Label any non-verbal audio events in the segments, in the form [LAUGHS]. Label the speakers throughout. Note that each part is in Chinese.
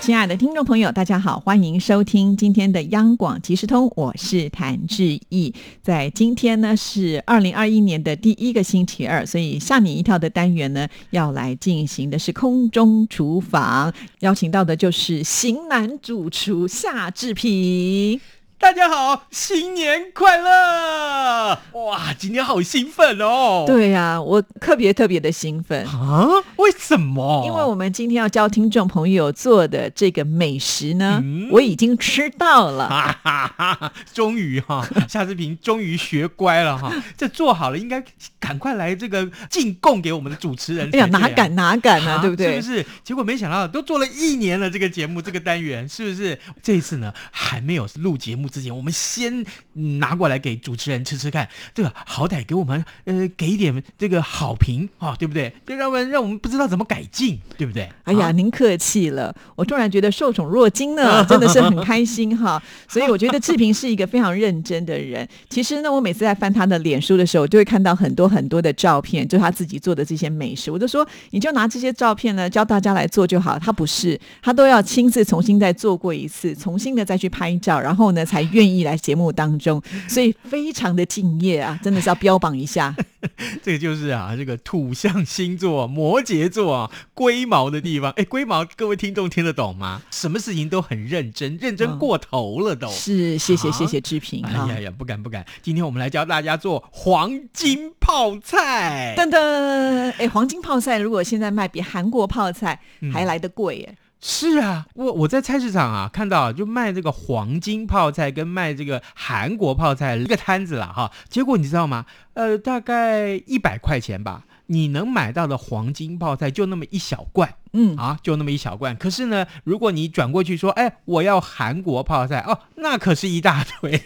Speaker 1: 亲爱的听众朋友，大家好，欢迎收听今天的央广即时通，我是谭志毅。在今天呢是二零二一年的第一个星期二，所以吓你一跳的单元呢要来进行的是空中厨房，邀请到的就是型男主厨夏志平。
Speaker 2: 大家好，新年快乐！哇，今天好兴奋哦！
Speaker 1: 对呀、我特别特别的兴奋。
Speaker 2: 啊，为什么？
Speaker 1: 因为我们今天要教听众朋友做的这个美食呢，我已经吃到了。
Speaker 2: 哈哈哈哈，终于
Speaker 1: [LAUGHS]
Speaker 2: 哈，夏志平终于学乖了哈，这做好了，应该赶快来这个进贡给我们的主持人才对
Speaker 1: 哎
Speaker 2: 啊。
Speaker 1: 呀，哪敢哪敢啊，对不
Speaker 2: 是
Speaker 1: 对？
Speaker 2: 不是？结果没想到都做了一年了，这个节目这个单元是不是？这一次呢，还没有录节目之前，我们先嗯拿过来给主持人吃吃看，对吧？好歹给我们呃给一点这个好评啊、对不对？别让我们让我们不知道怎么改进，对不对？
Speaker 1: 哎呀，您客气了，我突然觉得受宠若
Speaker 2: [LAUGHS]
Speaker 1: 惊呢，真的是很开心哈。所以我觉得志平是一个非常认真
Speaker 2: [LAUGHS]
Speaker 1: 的人。其实呢，我每次在翻他的脸书的时候，我就会看到很多很多的照片，就是他自己做的这些美食。我就说，你就拿这些照片呢，教大家来做就好。他不是，他都要亲自重新再做过一次，重新的再去拍照，然后呢，才愿意来节目当
Speaker 2: [LAUGHS]
Speaker 1: 中。所以非常的敬业啊，真的是要标榜
Speaker 2: [LAUGHS]
Speaker 1: 一下。
Speaker 2: 这个就是啊，这个土象星座摩羯座啊，龟毛的地方。哎，龟毛，各位听众听得懂吗？什么事情都很认真，认
Speaker 1: 嗯
Speaker 2: 真过头了都。
Speaker 1: 是，谢谢
Speaker 2: 啊
Speaker 1: 谢谢志平
Speaker 2: 哎
Speaker 1: 啊
Speaker 2: 呀。呀，不敢不敢！今天我们来教大家做黄金泡菜，
Speaker 1: 噔噔，哎，黄金泡菜如果现在卖比韩国泡菜
Speaker 2: 嗯
Speaker 1: 还来得贵耶，
Speaker 2: 是啊，我我在菜市场啊看到啊就卖这个黄金泡菜跟卖这个韩国泡菜一个摊子了哈，结果你知道吗？呃，大概一百块钱吧，你能买到的黄金泡菜就那么一小罐。
Speaker 1: 嗯，
Speaker 2: 啊，就那么一小罐。可是呢，如果你转过去说，哎，我要韩国泡菜哦，那可是一大堆。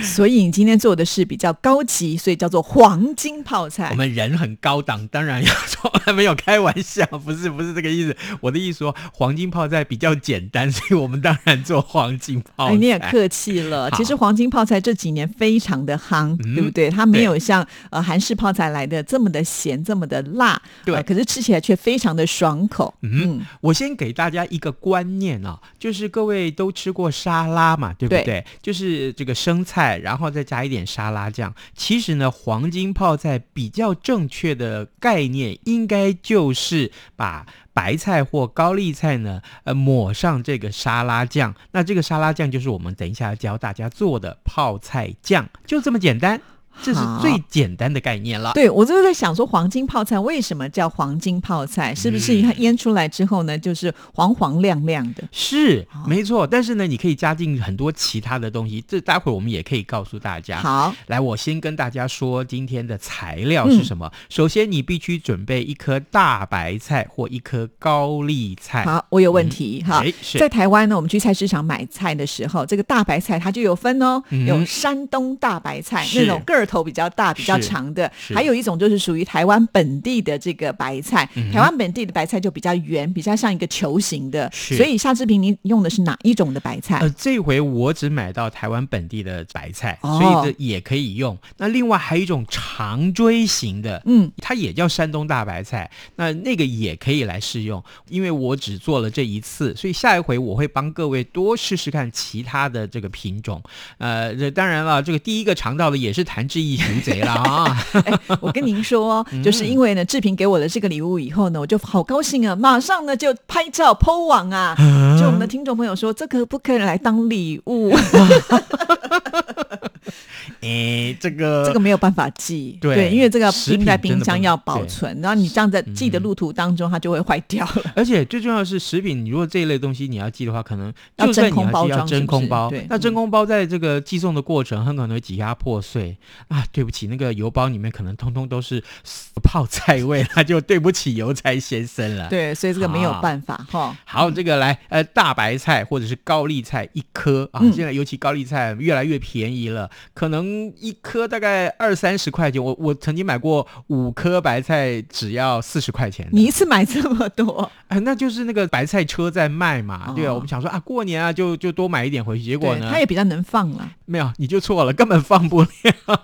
Speaker 1: 所以你今天做的是比较高级，所以叫做黄金泡菜哎
Speaker 2: 我。们人很高档，当然要说 [LAUGHS] 没有开玩笑，不是不是这个意思。我的意思说，黄金泡菜比较简单，所以我们当然做黄金泡菜。
Speaker 1: 哎，你也客气了。
Speaker 2: 好
Speaker 1: 其实黄金泡菜这几年非常的夯，
Speaker 2: 嗯
Speaker 1: 对不对？它没有像呃韩式泡菜来的这么的咸，这么的辣，
Speaker 2: 对
Speaker 1: 呃可是吃起来却非常的爽口。
Speaker 2: 嗯，我先给大家一个观念啊，就是各位都吃过沙拉嘛，对不
Speaker 1: 对
Speaker 2: 对？就是这个生菜，然后再加一点沙拉酱。其实呢，黄金泡菜比较正确的概念，应该就是把白菜或高丽菜呢，呃，抹上这个沙拉酱。那这个沙拉酱就是我们等一下要教大家做的泡菜酱，就这么简单。这是
Speaker 1: 好
Speaker 2: 最简单的概念了。
Speaker 1: 对，我就是在想说，黄金泡菜为什么叫黄金泡菜？是不
Speaker 2: 嗯
Speaker 1: 是它腌出来之后呢，就是黄黄亮亮的？
Speaker 2: 是
Speaker 1: 好
Speaker 2: 没错，但是呢，你可以加进很多其他的东西，这待会儿我们也可以告诉大家。
Speaker 1: 好，
Speaker 2: 来，我先跟大家说今天的材料是什么。
Speaker 1: 嗯
Speaker 2: 首先，你必须准备一颗大白菜或一颗高丽菜。
Speaker 1: 好，我有问题哈。
Speaker 2: 哎，是
Speaker 1: 在台湾呢，我们去菜市场买菜的时候，这个大白菜它就有分哦，
Speaker 2: 嗯
Speaker 1: 有山东大白菜
Speaker 2: 是
Speaker 1: 那种个儿头比较大、比较长的，
Speaker 2: 是
Speaker 1: 还有一种就是属于台湾本地的这个白菜。
Speaker 2: 嗯哼
Speaker 1: 台湾本地的白菜就比较圆，比较像一个球形的。
Speaker 2: 是
Speaker 1: 所以夏志平，你用的是哪一种的白菜？
Speaker 2: 呃，这回我只买到台湾本地的白菜，
Speaker 1: 哦
Speaker 2: 所以这也可以用。那另外还有一种长锥形的，
Speaker 1: 嗯，
Speaker 2: 它也叫山东大白菜，那那个也可以来试用。因为我只做了这一次，所以下一回我会帮各位多试试看其他的这个品种。呃，这当然了，这个第一个尝到的也是谭志毅擒 [LAUGHS] 贼了啊！
Speaker 1: 我跟您说
Speaker 2: [LAUGHS]
Speaker 1: 哦，就是因为呢，志平给我的这个礼物以后呢，我就好高兴啊，马上呢就拍照 PO 网啊，就我们的听众朋友说，这可不可以来当礼物？
Speaker 2: 诶，这个
Speaker 1: 这个没有办法寄，
Speaker 2: 呃对
Speaker 1: 因为这个
Speaker 2: 食
Speaker 1: 冰
Speaker 2: 品
Speaker 1: 在
Speaker 2: 真
Speaker 1: 冰
Speaker 2: 的不
Speaker 1: 箱
Speaker 2: 能
Speaker 1: 要保
Speaker 2: 对嗯
Speaker 1: 存，然后你这样在寄的路途当中，它就会坏掉了。
Speaker 2: 而且最重要的是，食品你如果这一类东西你要寄的话，可能
Speaker 1: 要
Speaker 2: 就算你
Speaker 1: 真空
Speaker 2: 要
Speaker 1: 包
Speaker 2: 寄要
Speaker 1: 装是
Speaker 2: 真
Speaker 1: 不是
Speaker 2: 空包
Speaker 1: 对，
Speaker 2: 那
Speaker 1: 嗯
Speaker 2: 真空包在这个寄送的过程很可能会挤压破碎啊。对不起，那个邮包里面可能通通都是死泡菜味， [LAUGHS] 那就对不起邮差先生了。。
Speaker 1: [LAUGHS] 对，所以这个没有
Speaker 2: 啊
Speaker 1: 办法哈。
Speaker 2: 好，这个来，呃，大白菜或者是高丽菜一颗啊，
Speaker 1: 嗯
Speaker 2: 现在尤其高丽菜越来越便宜了，可能一颗大概二三十块钱。我我曾经买过五颗白菜，只要四十块钱的。
Speaker 1: 你一次买这么多，
Speaker 2: 哎，那就是那个白菜车在卖嘛，对啊，
Speaker 1: 哦
Speaker 2: 我们想说啊，过年啊，就就多买一点回去，结果
Speaker 1: 对，
Speaker 2: 呢
Speaker 1: 它，也比较能放了。
Speaker 2: 没有，你就错了，根本放不了， [LAUGHS]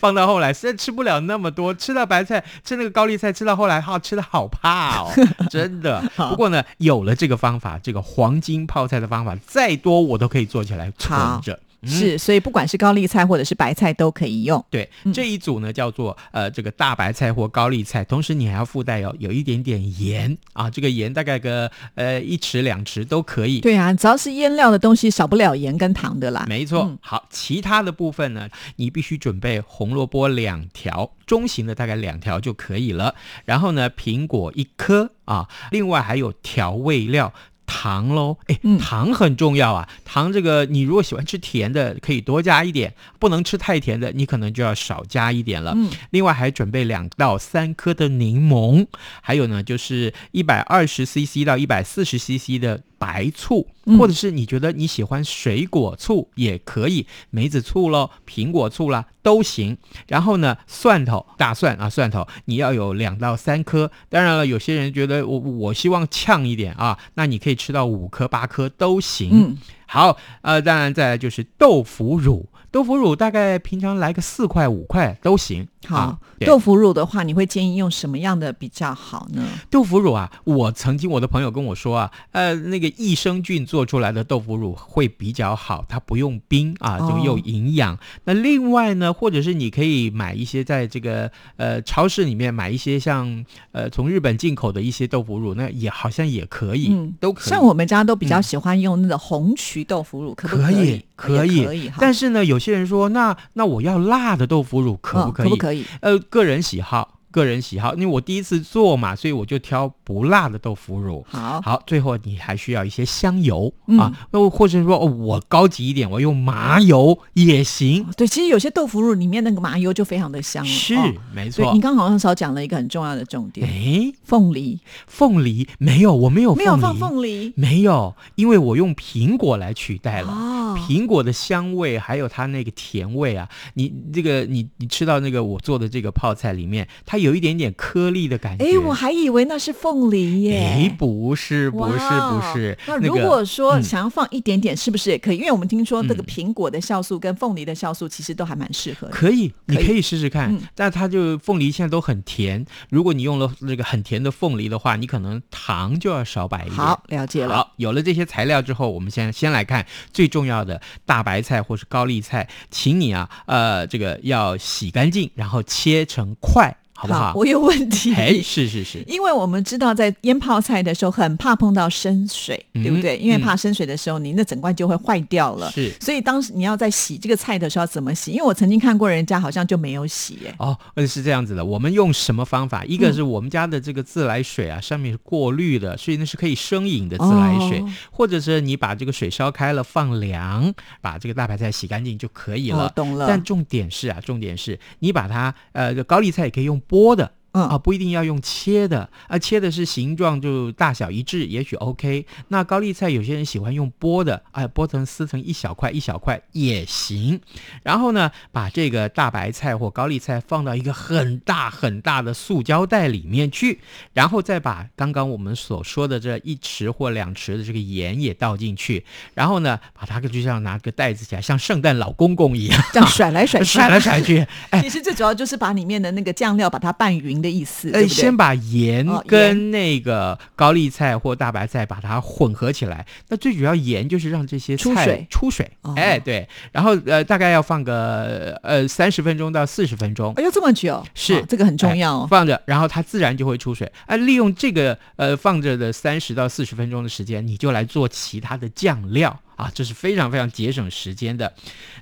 Speaker 2: 放到后来实在吃不了那么多，吃到白菜，吃那个高丽菜，吃到后来哈、吃的好怕
Speaker 1: [LAUGHS]
Speaker 2: 哦，真的。
Speaker 1: 好
Speaker 2: 不过呢，有了这个方法，这个黄金泡菜的方法，再多我都可以做起来存着。嗯
Speaker 1: 是，所以不管是高丽菜或者是白菜都可以用。
Speaker 2: 对
Speaker 1: 嗯，
Speaker 2: 这一组呢叫做呃这个大白菜或高丽菜，同时你还要附带有有一点点盐啊，这个盐大概个呃一匙两匙都可以。
Speaker 1: 对啊，只要是腌料的东西，少不了盐跟糖的啦。
Speaker 2: 没错，
Speaker 1: 嗯
Speaker 2: 好，其他的部分呢，你必须准备红萝卜两条，中型的大概两条就可以了。然后呢，苹果一颗啊，另外还有调味料。糖喽，哎
Speaker 1: 嗯，
Speaker 2: 糖很重要啊。糖这个，你如果喜欢吃甜的，可以多加一点；不能吃太甜的，你可能就要少加一点了。
Speaker 1: 嗯，
Speaker 2: 另外还准备两到三颗的柠檬，还有呢就是一百二十 CC 到一百四十 CC 的白醋，
Speaker 1: 嗯
Speaker 2: 或者是你觉得你喜欢水果醋也可以，梅子醋喽、苹果醋啦都行。然后呢，蒜头、大蒜啊，蒜头你要有两到三颗。当然了，有些人觉得我我希望呛一点啊，那你可以吃到五颗、八颗都行。
Speaker 1: 嗯，
Speaker 2: 好，呃，当然再来就是豆腐乳，豆腐乳大概平常来个四块五块都行。
Speaker 1: 好。
Speaker 2: 啊对
Speaker 1: 豆腐乳的话，你会建议用什么样的比较好呢？
Speaker 2: 豆腐乳啊，我曾经我的朋友跟我说啊，呃，那个益生菌做出来的豆腐乳会比较好，它不用冰啊，
Speaker 1: 哦
Speaker 2: 就有营养。那另外呢，或者是你可以买一些在这个呃超市里面买一些像呃从日本进口的一些豆腐乳，那也好像也可以，
Speaker 1: 嗯
Speaker 2: 都可以。嗯
Speaker 1: 像我们家都比较喜欢用那个红曲豆腐乳，可不
Speaker 2: 可
Speaker 1: 以
Speaker 2: 以？
Speaker 1: 可
Speaker 2: 可以
Speaker 1: 可以哈。
Speaker 2: 但是呢，有些人说，那那我要辣的豆腐乳可不
Speaker 1: 嗯
Speaker 2: 可以？
Speaker 1: 不可以？
Speaker 2: 呃，个人喜好，个人喜好，因为我第一次做嘛，所以我就挑不辣的豆腐乳。
Speaker 1: 好，
Speaker 2: 好，最后你还需要一些香油、
Speaker 1: 嗯
Speaker 2: 啊，那或者说、哦、我高级一点，我用麻油也行。
Speaker 1: 对，其实有些豆腐乳里面那个麻油就非常的香了。
Speaker 2: 是，
Speaker 1: 哦
Speaker 2: 没
Speaker 1: 对
Speaker 2: 错
Speaker 1: 你。刚好像少讲了一个很重要的重点，
Speaker 2: 哎，
Speaker 1: 凤梨
Speaker 2: 凤梨没有，我没有
Speaker 1: 没
Speaker 2: 凤梨，
Speaker 1: 有放凤梨
Speaker 2: 没有因为我用苹果来取代了。
Speaker 1: 哦，
Speaker 2: 苹果的香味，还有它那个甜味啊，你这个你你吃到那个我做的这个泡菜里面，它有一点点颗粒的感觉。
Speaker 1: 哎，我还以为那是凤梨耶。
Speaker 2: 哎，不是，不是，不
Speaker 1: 哇哦
Speaker 2: 是。
Speaker 1: 那
Speaker 2: 个
Speaker 1: 如果说
Speaker 2: 嗯
Speaker 1: 想要放一点点，是不是也可以？因为我们听说这个
Speaker 2: 嗯
Speaker 1: 苹果的酵素跟凤梨的酵素其实都还蛮适合的。
Speaker 2: 可以，你
Speaker 1: 可以
Speaker 2: 可以试试看。
Speaker 1: 嗯
Speaker 2: 但它就凤梨现在都很甜，如果你用了那个很甜的凤梨的话，你可能糖就要少摆一点。
Speaker 1: 好，了解了。
Speaker 2: 好，有了这些材料之后，我们先先来看最重要的大白菜或是高丽菜，请你啊，呃，这个要洗干净，然后切成块，好不好？
Speaker 1: 我有问题。
Speaker 2: 哎，是是是，
Speaker 1: 因为我们知道，在腌泡菜的时候很怕碰到生水，
Speaker 2: 嗯
Speaker 1: 对不对？因为怕生水的时候，你那整罐就会坏掉了。
Speaker 2: 是
Speaker 1: 所以当时你要在洗这个菜的时候要怎么洗？因为我曾经看过人家好像就没有洗、哎，
Speaker 2: 哦，呃是这样子的，我们用什么方法？一个
Speaker 1: 嗯
Speaker 2: 是我们家的这个自来水啊，上面是过滤的，所以那是可以生饮的自来水，
Speaker 1: 哦
Speaker 2: 或者是你把这个水烧开了放凉，把这个大白菜洗干净就可以了。
Speaker 1: 哦，懂了。
Speaker 2: 但重点是啊，重点是你把它呃高丽菜也可以用剥的。
Speaker 1: 嗯
Speaker 2: 啊，不一定要用切的啊，切的是形状就大小一致，也许 OK。那高丽菜有些人喜欢用剥的，哎、剥成撕成一小块一小块也行。然后呢，把这个大白菜或高丽菜放到一个很大很大的塑胶袋里面去，然后再把刚刚我们所说的这一匙或两匙的这个盐也倒进去，然后呢，把它就像拿个袋子起来，像圣诞老公公一样，
Speaker 1: 这样甩来
Speaker 2: [LAUGHS]
Speaker 1: 甩去，
Speaker 2: 甩呃来
Speaker 1: [LAUGHS]
Speaker 2: 甩去，
Speaker 1: 其实最主要就是把里面的那个酱料把它拌匀的意思，
Speaker 2: 哎，
Speaker 1: 对不对
Speaker 2: 先？把盐
Speaker 1: 哦
Speaker 2: 跟那个高丽菜或大白菜把它混合起来。那最主要盐就是让这些菜
Speaker 1: 出水
Speaker 2: 出水
Speaker 1: 哦
Speaker 2: 哎，对，然后呃，大概要放个呃三十分钟到四十分钟。
Speaker 1: 哎呦，这么久，
Speaker 2: 是
Speaker 1: 哦这个很重要哦。
Speaker 2: 放着，然后它自然就会出水。哎、利用这个呃放着的三十到四十分钟的时间，你就来做其他的酱料啊，这是非常非常节省时间的。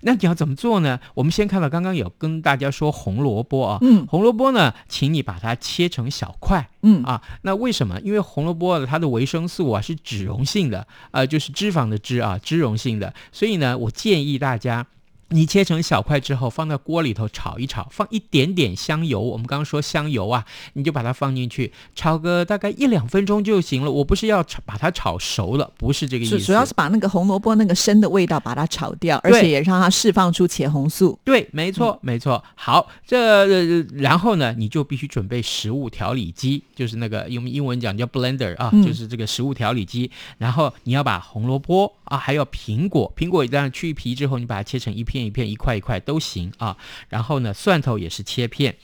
Speaker 2: 那你要怎么做呢？我们先看到刚刚有跟大家说红萝卜啊，
Speaker 1: 嗯
Speaker 2: 红萝卜呢，请你把它切成小块。
Speaker 1: 嗯，
Speaker 2: 啊，那为什么？因为红萝卜呢它的维生素啊是脂溶性的，呃，就是脂肪的脂啊，脂溶性的，所以呢，我建议大家。你切成小块之后，放到锅里头炒一炒，放一点点香油。我们刚刚说香油啊，你就把它放进去，炒个大概一两分钟就行了。我不是要炒把它炒熟了，不是这个意
Speaker 1: 主
Speaker 2: 思。
Speaker 1: 主要是把那个红萝卜那个生的味道把它炒掉，而
Speaker 2: 对
Speaker 1: 且也让它释放出茄红素。
Speaker 2: 对，没错，没错。好，这、呃然后呢，你就必须准备食物调理机，就是那个用英文讲叫 blender 啊，
Speaker 1: 嗯
Speaker 2: 就是这个食物调理机。然后你要把红萝卜啊，还有苹果，苹果当然去皮之后，你把它切成一片一片、一块一块都行啊。然后呢，蒜头也是切片。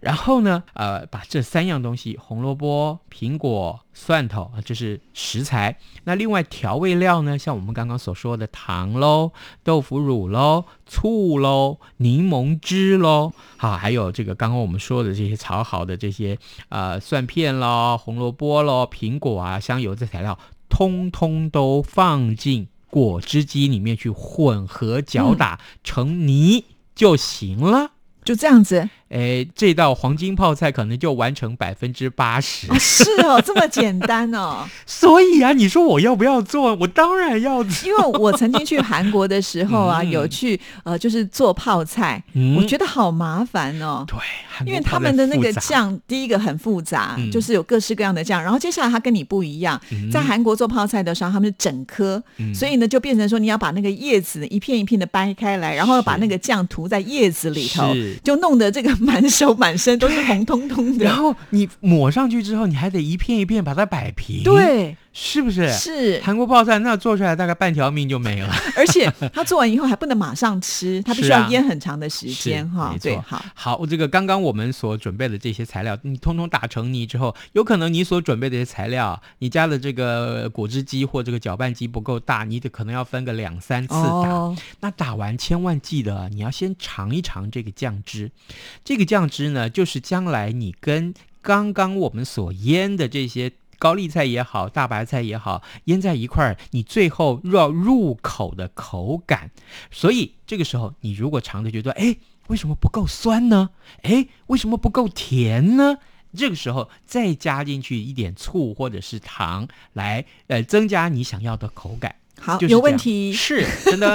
Speaker 2: 然后呢，呃，把这三样东西，红萝卜、苹果、蒜头啊，这是食材。那另外调味料呢，像我们刚刚所说的糖喽、豆腐乳喽、醋喽、柠檬汁喽，好、还有这个刚刚我们说的这些炒好的这些呃蒜片喽、红萝卜喽、苹果啊、香油这材料，通通都放进果汁机里面去混合搅打、成泥就行了。
Speaker 1: 就这样
Speaker 2: [LAUGHS]
Speaker 1: 子
Speaker 2: 哎，这道黄金泡菜可能就完成百分之八十
Speaker 1: 啊，，是哦，这么简单哦。
Speaker 2: 所以啊，你说我要不要做？我当然要做。
Speaker 1: 因为我曾经去韩国的时候啊，
Speaker 2: 嗯
Speaker 1: 有去呃，就是做泡菜，
Speaker 2: 嗯
Speaker 1: 我觉得好麻烦哦。
Speaker 2: 对，韩
Speaker 1: 因
Speaker 2: 国
Speaker 1: 为
Speaker 2: 泡
Speaker 1: 他
Speaker 2: 菜
Speaker 1: 们的那
Speaker 2: 复
Speaker 1: 个
Speaker 2: 杂，
Speaker 1: 酱，第一个很复杂，
Speaker 2: 嗯
Speaker 1: 就是有各式各样的酱，然后接下来它跟你不一样。
Speaker 2: 嗯
Speaker 1: 在韩国做泡菜的时候，他们是整颗，
Speaker 2: 嗯
Speaker 1: 所以呢就变成说你要把那个叶子一片一片的掰开来，然后把那个酱涂在叶子里头
Speaker 2: 是，
Speaker 1: 就弄得这个 [LAUGHS] 满手满身都是红彤彤
Speaker 2: 然
Speaker 1: 的。
Speaker 2: 后你抹上去之后，你还得一片一片把它摆平，，
Speaker 1: 对，
Speaker 2: 是不是？啊
Speaker 1: 是，
Speaker 2: 韩国泡菜那做出来大概半条命就没了。 [LAUGHS]
Speaker 1: 而且它做完以后还不能马上吃，它必须
Speaker 2: 是啊
Speaker 1: 要腌很长的时间
Speaker 2: 是
Speaker 1: 哈
Speaker 2: 没。错
Speaker 1: 对，好，
Speaker 2: 好，这个刚刚我们所准备的这些材料，你通通打成泥之后，有可能你所准备的这些材料，你家的这个果汁机或这个搅拌机不够大，你得可能要分个两三次打。
Speaker 1: 哦，
Speaker 2: 那打完千万记得啊，你要先尝一尝这个酱汁。这个酱汁呢，就是将来你跟刚刚我们所腌的这些高丽菜也好、大白菜也好，腌在一块儿，你最后要入口的口感。所以这个时候，你如果尝着觉得，哎，为什么不够酸呢？哎，为什么不够甜呢？这个时候再加进去一点醋或者是糖，来呃增加你想要的口感。
Speaker 1: 好，
Speaker 2: 就是
Speaker 1: 有
Speaker 2: 这
Speaker 1: 问
Speaker 2: 样
Speaker 1: 题。 [LAUGHS]
Speaker 2: 是真 [LAUGHS] 的。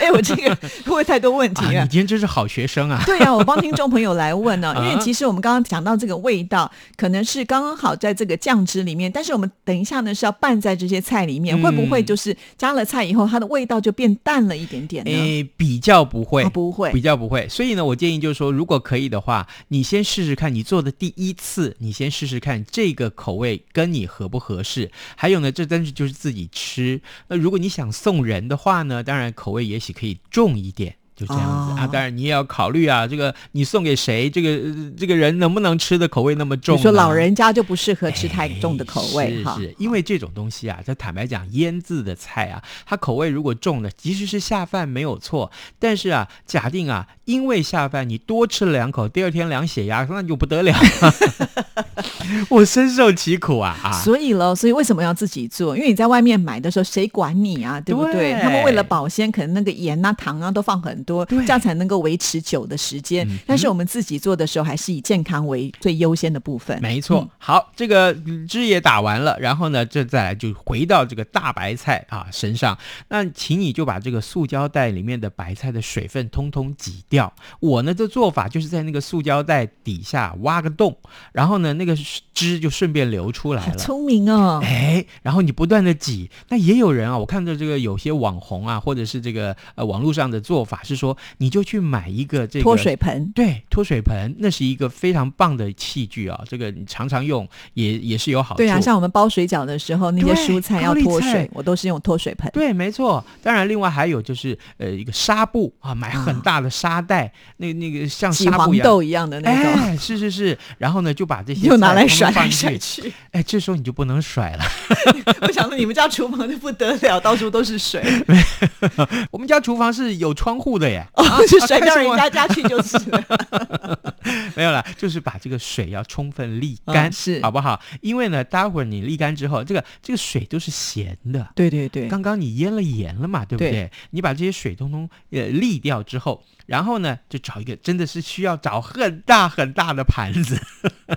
Speaker 1: 哎，我这个 [LAUGHS] 会不会太多问题
Speaker 2: 啊，你
Speaker 1: 了？
Speaker 2: 今天真是好学
Speaker 1: [LAUGHS]
Speaker 2: 生啊！
Speaker 1: 对呀、我帮听众朋友来问呢、因
Speaker 2: 啊
Speaker 1: 为其实我们刚刚讲到这个味道，可能是刚刚好在这个酱汁里面，但是我们等一下呢是要拌在这些菜里
Speaker 2: 嗯
Speaker 1: 面，会不会就是加了菜以后，它的味道就变淡了一点点呢？
Speaker 2: 诶，哎比较不会，
Speaker 1: 啊哎不会
Speaker 2: 比较不会。所以呢，我建议就是说，如果可以的话，你先试试看，你做的第一次，你先试试看这个口味跟你合不合适。还有呢，这真是就是自己吃。那如果你想送人的话呢，当然口味也许可以重一点。就这样子、啊，
Speaker 1: 哦
Speaker 2: 当然你也要考虑啊，这个你送给谁，这个、呃这个人能不能吃的口味那么
Speaker 1: 比
Speaker 2: 重啊
Speaker 1: 如
Speaker 2: 呢？
Speaker 1: 说老人家就不适合吃太
Speaker 2: 哎
Speaker 1: 重的口味哈。
Speaker 2: 是是，因为这种东西啊，就坦白讲，腌制的菜啊，它口味如果重的，即使是下饭没有错，但是啊，假定啊，因为下饭你多吃了两口，第二天量血压那就不得了了， [LAUGHS] 我深受其苦啊啊！
Speaker 1: 所以喽，所以为什么要自己做？因为你在外面买的时候，谁管你啊？对不对？
Speaker 2: 对
Speaker 1: 他们为了保鲜，可能那个盐啊、糖啊都放很多，
Speaker 2: 对
Speaker 1: 这样才能够维持久的时间。
Speaker 2: 嗯哼
Speaker 1: 但是我们自己做的时候，还是以健康为最优先的部分。
Speaker 2: 没错，好，这个嗯汁也打完了，然后呢，这再来就回到这个大白菜啊身上。那请你就把这个塑胶袋里面的白菜的水分通通挤掉。我呢的做法就是在那个塑胶袋底下挖个洞，然后呢，那个汁就顺便流出来
Speaker 1: 好
Speaker 2: 了。
Speaker 1: 聪明哦！
Speaker 2: 哎，然后你不断的挤，那也有人啊，我看到这个有些网红啊，或者是这个呃网络上的做法是说，你就去买一个这个
Speaker 1: 脱水盆，
Speaker 2: 对，脱水盆那是一个非常棒的器具啊，这个你常常用也也是有好处。
Speaker 1: 对啊，像我们包水饺的时候，那些
Speaker 2: 对
Speaker 1: 蔬菜要
Speaker 2: 高丽
Speaker 1: 脱
Speaker 2: 菜
Speaker 1: 水，我都是用脱水盆。
Speaker 2: 对，没错。当然，另外还有就是呃，一个纱布啊，买很大的沙袋，那那个像
Speaker 1: 挤
Speaker 2: 纱布
Speaker 1: 黄
Speaker 2: 一样。
Speaker 1: 豆一样的那 [LAUGHS] 种，
Speaker 2: 哎，是是是，然后呢，就把这些
Speaker 1: 又拿
Speaker 2: 菜
Speaker 1: 来
Speaker 2: 通通
Speaker 1: 甩
Speaker 2: 放
Speaker 1: 来
Speaker 2: 进
Speaker 1: 甩
Speaker 2: 去
Speaker 1: 去。
Speaker 2: 哎，这时候你就不能甩了。
Speaker 1: 我想说你们家厨房就不得
Speaker 2: [LAUGHS]
Speaker 1: 了，到处都是水，
Speaker 2: 我们家厨房是有窗户的耶，
Speaker 1: 哦， [LAUGHS] 就甩
Speaker 2: 啊开
Speaker 1: 到
Speaker 2: 什
Speaker 1: 人
Speaker 2: 么
Speaker 1: 家家去就是
Speaker 2: [LAUGHS]
Speaker 1: 了。
Speaker 2: 没有啦，就是把这个水要充分沥
Speaker 1: 嗯
Speaker 2: 干，
Speaker 1: 是
Speaker 2: 好不好？因为呢，待会儿你沥干之后，这个这个水都是咸的，
Speaker 1: 对对对，
Speaker 2: 刚刚你腌了盐了嘛，对不
Speaker 1: 对
Speaker 2: 对？你把这些水通通呃沥掉之后，然后呢，就找一个真的是需要找很大很大的盘子，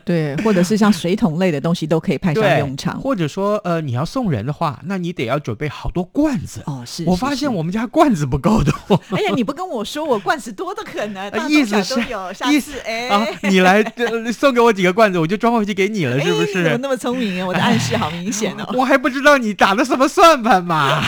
Speaker 1: 对，或者是像水桶类的东西都可
Speaker 2: [LAUGHS]
Speaker 1: 以派上
Speaker 2: 对，
Speaker 1: 用场。
Speaker 2: 或者说呃你要送人的话，那你得要准备好多罐子。
Speaker 1: 哦，是，
Speaker 2: 我
Speaker 1: 是
Speaker 2: 发
Speaker 1: 是
Speaker 2: 现我们家罐子不够的，
Speaker 1: [LAUGHS] 哎呀，你不跟我说，我罐子多的很呢，大
Speaker 2: 呃意
Speaker 1: 中
Speaker 2: 思
Speaker 1: 小都
Speaker 2: 是
Speaker 1: 有。下
Speaker 2: [LAUGHS] 意
Speaker 1: 次哎，
Speaker 2: 啊，你来、呃送给我几个罐子，我就装回去给你了，
Speaker 1: 哎
Speaker 2: 是啊不
Speaker 1: 你怎么
Speaker 2: 是？
Speaker 1: 那么聪明啊？我的暗示好明显哦。
Speaker 2: 我还不知道你打的什么算盘嘛。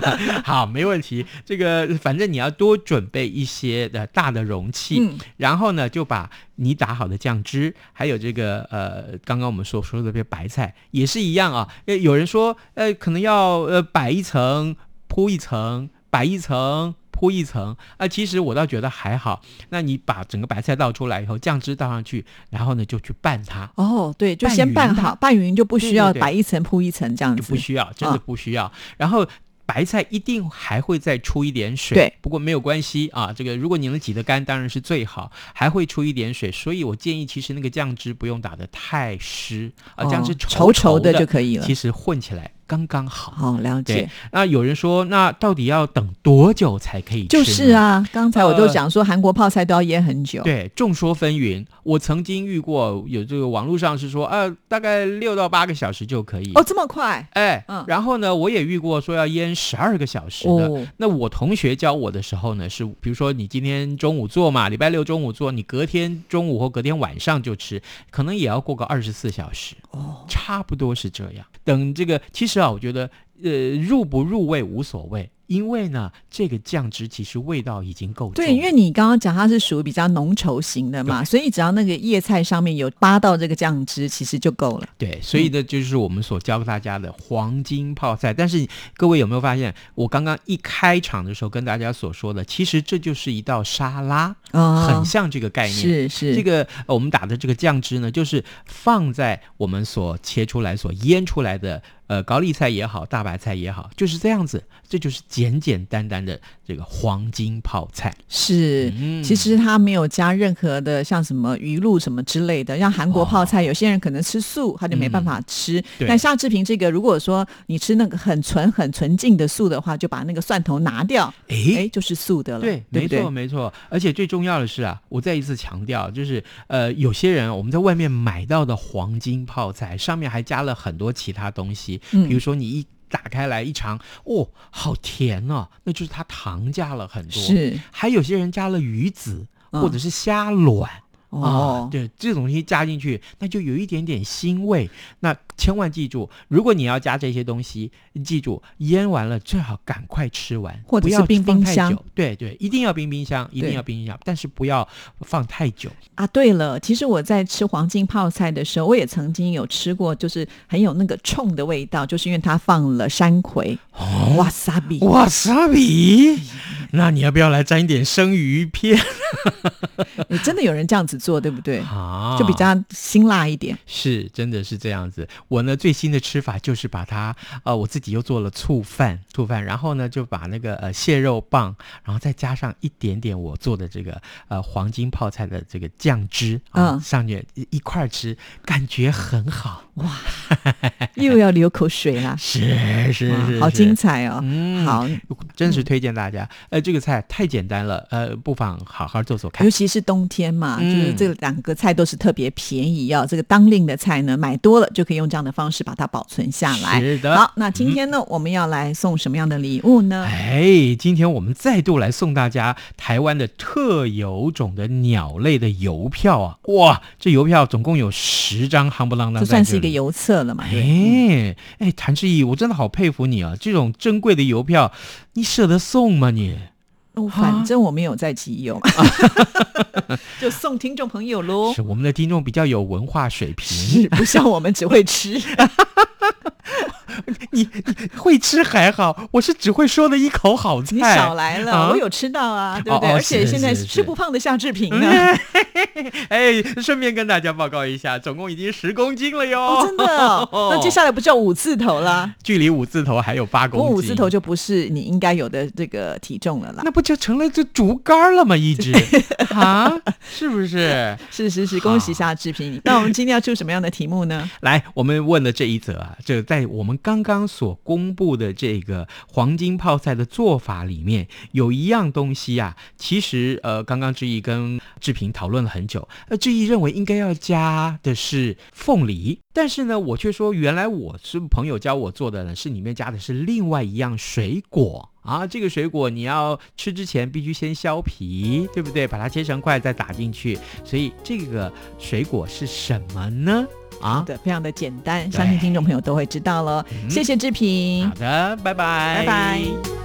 Speaker 2: [LAUGHS] 好，没问题。这个反正你要多准备一些的大的容器，
Speaker 1: 嗯，
Speaker 2: 然后呢，就把你打好的酱汁，还有这个呃，刚刚我们所说的这个白菜也是一样啊。呃，有人说，呃，可能要呃摆一层铺一层，摆一层铺一层啊、其实我倒觉得还好。那你把整个白菜倒出来以后，酱汁倒上去，然后呢就去拌它。
Speaker 1: 哦，对，就
Speaker 2: 拌
Speaker 1: 先
Speaker 2: 匀
Speaker 1: 拌
Speaker 2: 它
Speaker 1: 好，拌匀就不
Speaker 2: 对
Speaker 1: 需
Speaker 2: 对
Speaker 1: 要
Speaker 2: 对
Speaker 1: 摆一层铺一层这样
Speaker 2: 就
Speaker 1: 子
Speaker 2: 不。需要，真的
Speaker 1: 啊
Speaker 2: 不需要。然后白菜一定还会再出一点水，
Speaker 1: 对，
Speaker 2: 不过没有关系啊。这个如果你能挤得干，当然是最好，还会出一点水。所以我建议，其实那个酱汁不用打得太湿啊，
Speaker 1: 哦
Speaker 2: 酱汁
Speaker 1: 稠
Speaker 2: 稠
Speaker 1: 的就可以了
Speaker 2: 其。实混起来刚刚好。
Speaker 1: 好，了
Speaker 2: 对
Speaker 1: 解。，
Speaker 2: 那有人说，那到底要等多久才可以吃？
Speaker 1: 就是。啊，刚才我就
Speaker 2: 呃
Speaker 1: 讲说韩国泡菜都要腌很久。
Speaker 2: 对，众说纷纭。我曾经遇过有这个网络上是说，呃，大概六到八个小时就可以。
Speaker 1: 哦，这么快
Speaker 2: 哎，
Speaker 1: 嗯
Speaker 2: 然后呢，我也遇过说要腌十二个小时的。
Speaker 1: 哦，
Speaker 2: 那我同学教我的时候呢，是比如说你今天中午做嘛，礼拜六中午做，你隔天中午或隔天晚上就吃，可能也要过个二十四小时，
Speaker 1: 哦，
Speaker 2: 差不多是这样。等这个，其实啊，我觉得呃入不入味无所谓，因为呢这个酱汁其实味道已经够重了。
Speaker 1: 对，因为你刚刚讲它是属于比较浓稠型的嘛，所以只要那个叶菜上面有扒到这个酱汁，其实就够了。
Speaker 2: 对，所以呢，
Speaker 1: 嗯
Speaker 2: 就是我们所教大家的黄金泡菜。但是各位有没有发现，我刚刚一开场的时候跟大家所说的，其实这就是一道沙拉，
Speaker 1: 啊，
Speaker 2: 很像这个概念。
Speaker 1: 是是
Speaker 2: 这个、呃我们打的这个酱汁呢，就是放在我们所切出来、所腌出来的呃高丽菜也好、大白菜也好，就是这样子。这就是简简单单的这个黄金泡菜。
Speaker 1: 是。
Speaker 2: 嗯
Speaker 1: 其实它没有加任何的像什么鱼露什么之类的，像韩国泡菜，有些人可能吃素，他就没办法吃。
Speaker 2: 哦嗯对
Speaker 1: 但夏志平这个，如果说你吃那个很纯很纯净的素的话，就把那个蒜头拿掉，
Speaker 2: 诶
Speaker 1: 哎，就是素的了，
Speaker 2: 对，
Speaker 1: 对
Speaker 2: 没
Speaker 1: 不对
Speaker 2: 错，？没错。而且最重要的是啊，我再一次强调，就是呃，有些人我们在外面买到的黄金泡菜，上面还加了很多其他东西，
Speaker 1: 嗯
Speaker 2: 比如说你一打开来一尝，哦，好甜哦，那就是它糖加了很多。，
Speaker 1: 是
Speaker 2: 还有些人加了鱼子
Speaker 1: 嗯
Speaker 2: 或者是虾卵。
Speaker 1: 哦
Speaker 2: 啊，，对，这种东西加进去，那就有一点点腥味。那千万记住，如果你要加这些东西，记住腌完了最好赶快吃完，
Speaker 1: 或者
Speaker 2: 不
Speaker 1: 是
Speaker 2: 要
Speaker 1: 冰
Speaker 2: 放
Speaker 1: 冰
Speaker 2: 太
Speaker 1: 箱
Speaker 2: 久。对对，一定要冰冰箱，一定
Speaker 1: 对
Speaker 2: 要冰冰箱，但是不要放太久。
Speaker 1: 啊，对了，其实我在吃黄金泡菜的时候，我也曾经有吃过，就是很有那个冲的味道，就是因为它放了山葵，哇塞比，
Speaker 2: 哦哇塞比，那你要不要来沾一点生鱼
Speaker 1: [LAUGHS]
Speaker 2: 片
Speaker 1: 诶真的有人这样子做，对不对？
Speaker 2: 啊？
Speaker 1: 就比较辛辣一点。
Speaker 2: 是，真的是这样子。我呢最新的吃法就是把它，呃，我自己又做了醋饭，醋饭，然后呢就把那个呃蟹肉棒，然后再加上一点点我做的这个呃黄金泡菜的这个酱汁啊，
Speaker 1: 嗯
Speaker 2: 上去一一块儿吃，感觉很好。！
Speaker 1: 又要流口水啦
Speaker 2: 是 [LAUGHS] 是
Speaker 1: 哇
Speaker 2: 是，
Speaker 1: 好
Speaker 2: 是
Speaker 1: 精彩哦！
Speaker 2: 嗯
Speaker 1: 好，
Speaker 2: 真是推荐大家。呃，这个菜太简单了，呃，不妨好好做做看
Speaker 1: 尤。其是冬天嘛，
Speaker 2: 嗯
Speaker 1: 就是这两个菜都是特别便宜哦。这个当令的菜呢，买多了就可以用这样的方式把它保存下来。
Speaker 2: 是的。
Speaker 1: 好，那今天呢，我们要来送什么样的礼物呢？
Speaker 2: 哎，今天我们再度来送大家台湾的特有种的鸟类的邮票啊！哇，这邮票总共有十张，夯不啷当。
Speaker 1: 这算是一个。邮册了嘛？对不对
Speaker 2: 哎哎，谭志毅，我真的好佩服你啊！这种珍贵的邮票，你舍得送吗你？
Speaker 1: 哦，反正我没有在
Speaker 2: [LAUGHS]
Speaker 1: 集邮， [LAUGHS] 就送听众朋友喽
Speaker 2: 是。我们的听众比较有文化水
Speaker 1: 是
Speaker 2: 平，
Speaker 1: 不像我们只
Speaker 2: [LAUGHS]
Speaker 1: 会吃，
Speaker 2: 你你会吃还好，我是只会说的一口好菜。
Speaker 1: 你少来
Speaker 2: 啊
Speaker 1: 了，我有吃到啊，对不对？
Speaker 2: 哦哦
Speaker 1: 而且
Speaker 2: 是
Speaker 1: 现在
Speaker 2: 是是
Speaker 1: 吃不胖的夏啊志平呢，
Speaker 2: 哎，顺便跟大家报告一下，总共已经十公斤了哟。
Speaker 1: 哦，真的哦，
Speaker 2: 哦
Speaker 1: [LAUGHS] 那接下来不就五字头啦？
Speaker 2: [LAUGHS] 距离五字头还有八
Speaker 1: 不
Speaker 2: 公
Speaker 1: 过
Speaker 2: 斤。
Speaker 1: 哦五字头就不是你应该有的这个体重了啦。
Speaker 2: 那不就成了这竹竿了吗？一只啊，是不是？
Speaker 1: 是是是，恭喜
Speaker 2: 好 [LAUGHS]
Speaker 1: 夏志平。那我们今天要出什么样的题目呢？
Speaker 2: 来，我们问了这一则啊，这在我们刚刚刚所公布的这个黄金泡菜的做法里面，有一样东西啊，其实呃，刚刚志毅跟志平讨论了很久，呃，志毅认为应该要加的是凤梨，但是呢，我却说原来我是朋友教我做的呢，是里面加的是另外一样水果。啊，这个水果你要吃之前必须先削皮，对不对？把它切成块再打进去。所以这个水果是什么呢？啊，
Speaker 1: 的，非常的简单，
Speaker 2: 对
Speaker 1: 相信听众朋友都会知道了。
Speaker 2: 嗯
Speaker 1: 谢谢志平
Speaker 2: 好，的，拜拜，
Speaker 1: 拜拜。